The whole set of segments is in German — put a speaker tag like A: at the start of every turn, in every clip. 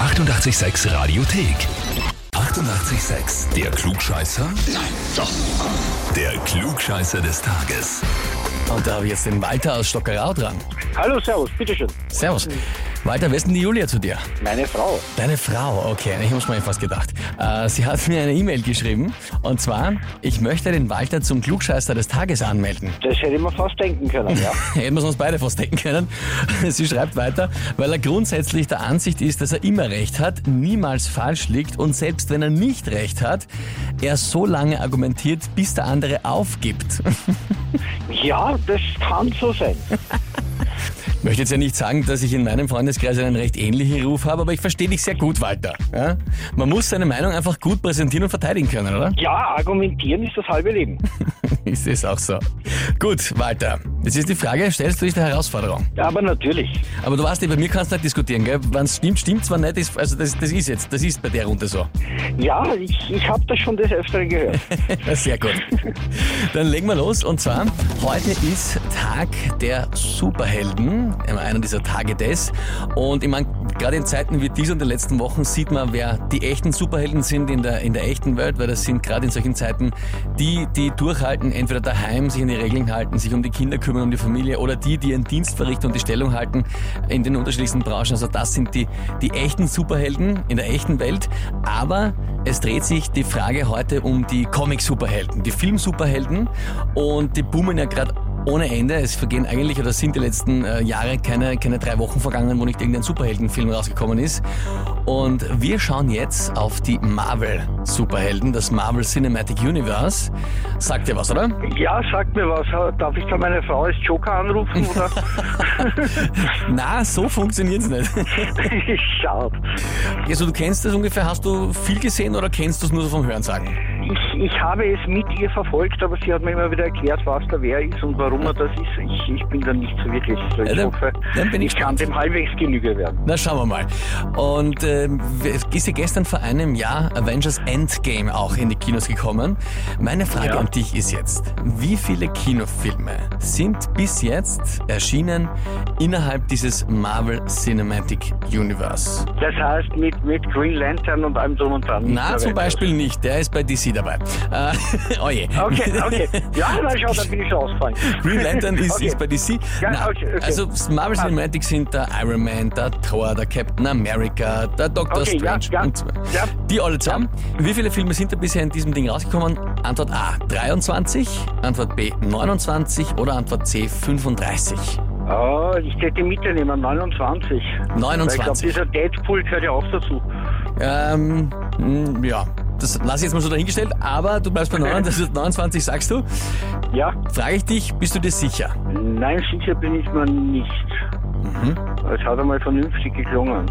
A: 886 Radiothek. 88,6. Der Klugscheißer? Nein, doch. Der Klugscheißer des Tages.
B: Und da habe ich jetzt den Walter aus Stockerau dran.
C: Hallo, Servus, bitteschön.
B: Servus. Walter, wer ist denn die Julia zu dir?
C: Meine Frau.
B: Deine Frau, okay, ich muss mir fast gedacht. Äh, sie hat mir eine E-Mail geschrieben und zwar, ich möchte den Walter zum Klugscheißer des Tages anmelden.
C: Das hätte ich mir fast denken können, ja.
B: Hätten wir es uns beide fast denken können. Sie schreibt weiter, weil er grundsätzlich der Ansicht ist, dass er immer recht hat, niemals falsch liegt und selbst wenn er nicht recht hat, er so lange argumentiert, bis der andere aufgibt.
C: ja, das kann so sein.
B: Ich möchte jetzt ja nicht sagen, dass ich in meinem Freundeskreis einen recht ähnlichen Ruf habe, aber ich verstehe dich sehr gut, Walter. Ja? Man muss seine Meinung einfach gut präsentieren und verteidigen können, oder?
C: Ja, argumentieren ist das halbe Leben.
B: Ist es auch so. Gut, Walter. Jetzt ist die Frage, stellst du dich der Herausforderung?
C: Aber natürlich.
B: Aber du weißt ja, bei mir kannst du nicht diskutieren, gell? Wann es stimmt, stimmt, wann nicht, ist, also das, das ist jetzt, das ist bei der Runde so.
C: Ja, ich, ich habe das schon des Öfteren gehört.
B: Sehr gut. Dann legen wir los und zwar, heute ist Tag der Superhelden, einer dieser Tage des. Und ich meine, gerade in Zeiten wie diesen und den letzten Wochen sieht man, wer die echten Superhelden sind in der, in der echten Welt, weil das sind gerade in solchen Zeiten die, die durchhalten, entweder daheim sich an die Regeln halten, sich um die Kinder kümmern, um die Familie oder die, die ihren Dienst verrichten und die Stellung halten in den unterschiedlichsten Branchen. Also das sind die, die echten Superhelden in der echten Welt. Aber es dreht sich die Frage heute um die Comic-Superhelden, die Film-Superhelden und die boomen ja gerade ohne Ende. Es vergehen eigentlich oder sind die letzten äh, Jahre keine, keine drei Wochen vergangen, wo nicht irgendein Superheldenfilm rausgekommen ist. Und wir schauen jetzt auf die Marvel-Superhelden, das Marvel Cinematic Universe. Sagt dir was, oder?
C: Ja, sag mir was. Darf ich da meine Frau als Joker anrufen? Oder?
B: Na, so funktioniert's nicht.
C: Schade.
B: Also du kennst das ungefähr, hast du viel gesehen oder kennst du es nur so vom Hörensagen?
C: Ich, ich habe es mit ihr verfolgt, aber sie hat mir immer wieder erklärt, was da wer ist und warum er das ist. Ich, ich bin da nicht so wirklich. So ich
B: Ja, dann-
C: hoffe,
B: dann bin ich
C: ich kann
B: gespannt.
C: dem halbwegs Genüge werden.
B: Na, schauen wir mal. Und äh, ist ja gestern vor einem Jahr Avengers Endgame auch in die Kinos gekommen. Meine Frage
C: Ja.
B: an dich ist jetzt, wie viele Kinofilme sind bis jetzt erschienen innerhalb dieses Marvel Cinematic Universe?
C: Das heißt, mit, mit Green Lantern und allem drum und dran.
B: Na, zum
C: mittlerweile.
B: Beispiel nicht, der ist bei DC dabei. Äh, oje.
C: Okay, okay. Ja, na schau, dann bin ich schon ausgefallen.
B: Green Lantern ist,
C: Okay.
B: ist bei DC.
C: Ja,
B: Na,
C: okay, okay.
B: Also Marvel Cinematic sind der Iron Man, der Thor, der Captain America, der Doctor
C: Okay, ja,
B: Strange
C: ja,
B: und so.
C: ja.
B: Die alle zusammen. Wie viele Filme sind da bisher in diesem Ding rausgekommen? Antwort A 23, Antwort B 29 oder Antwort C 35.
C: Oh, ich hätte die Mitte nehmen, 29. Weil Ich glaube,
B: 29.
C: dieser Deadpool gehört ja auch dazu.
B: Ähm, mm, ja. Das lasse ich jetzt mal so dahingestellt, aber du bleibst bei 9, das ist 29, sagst du.
C: Ja?
B: Frage ich dich, bist du dir sicher?
C: Nein, sicher bin ich mir nicht.
B: Mhm.
C: Es hat einmal vernünftig geklungen.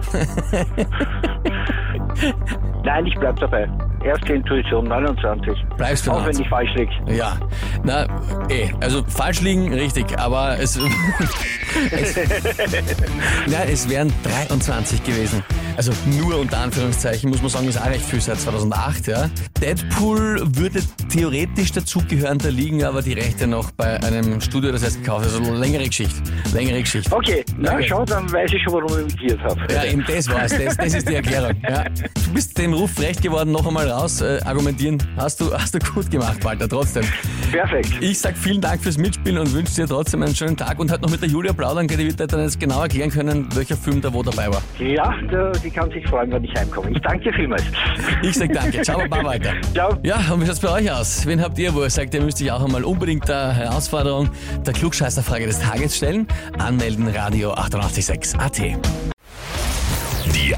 C: Nein, ich bleib dabei. Erste Intuition, 29.
B: Bleibst bei
C: Auch wenn
B: 29.
C: ich falsch lieg.
B: Ja, na, eh, also falsch liegen, richtig, aber es, es, nein, es wären 23 gewesen. Also nur unter Anführungszeichen, muss man sagen, ist auch recht viel seit 2008, ja. Deadpool würde theoretisch dazugehören, da liegen aber die Rechte noch bei einem Studio, das heißt gekauft, also längere Geschichte, längere Geschichte.
C: Okay, na
B: Okay.
C: schau, dann weiß ich schon, warum ich mitiert habe.
B: Ja, eben das war's, das, das ist die Erklärung. Ja. Du bist dem Ruf recht geworden, noch einmal raus äh, argumentieren. Hast du, hast du gut gemacht, Walter, trotzdem.
C: Perfekt.
B: Ich sag vielen Dank fürs Mitspielen und wünsche dir trotzdem einen schönen Tag und halt noch mit der Julia plaudern, gell, die wird dir dann jetzt genau erklären können, welcher Film da wo dabei war.
C: Ja, da- die kann sich freuen, wenn ich heimkomme. Ich danke dir vielmals.
B: Ich sag danke. Ciao, Baba weiter.
C: Ciao.
B: Ja, und wie schaut's bei euch aus? Wen habt ihr, wo ihr sagt, ihr müsst euch auch einmal unbedingt der Herausforderung der Klugscheißerfrage des Tages stellen? Anmelden Radio 886 AT.
A: Die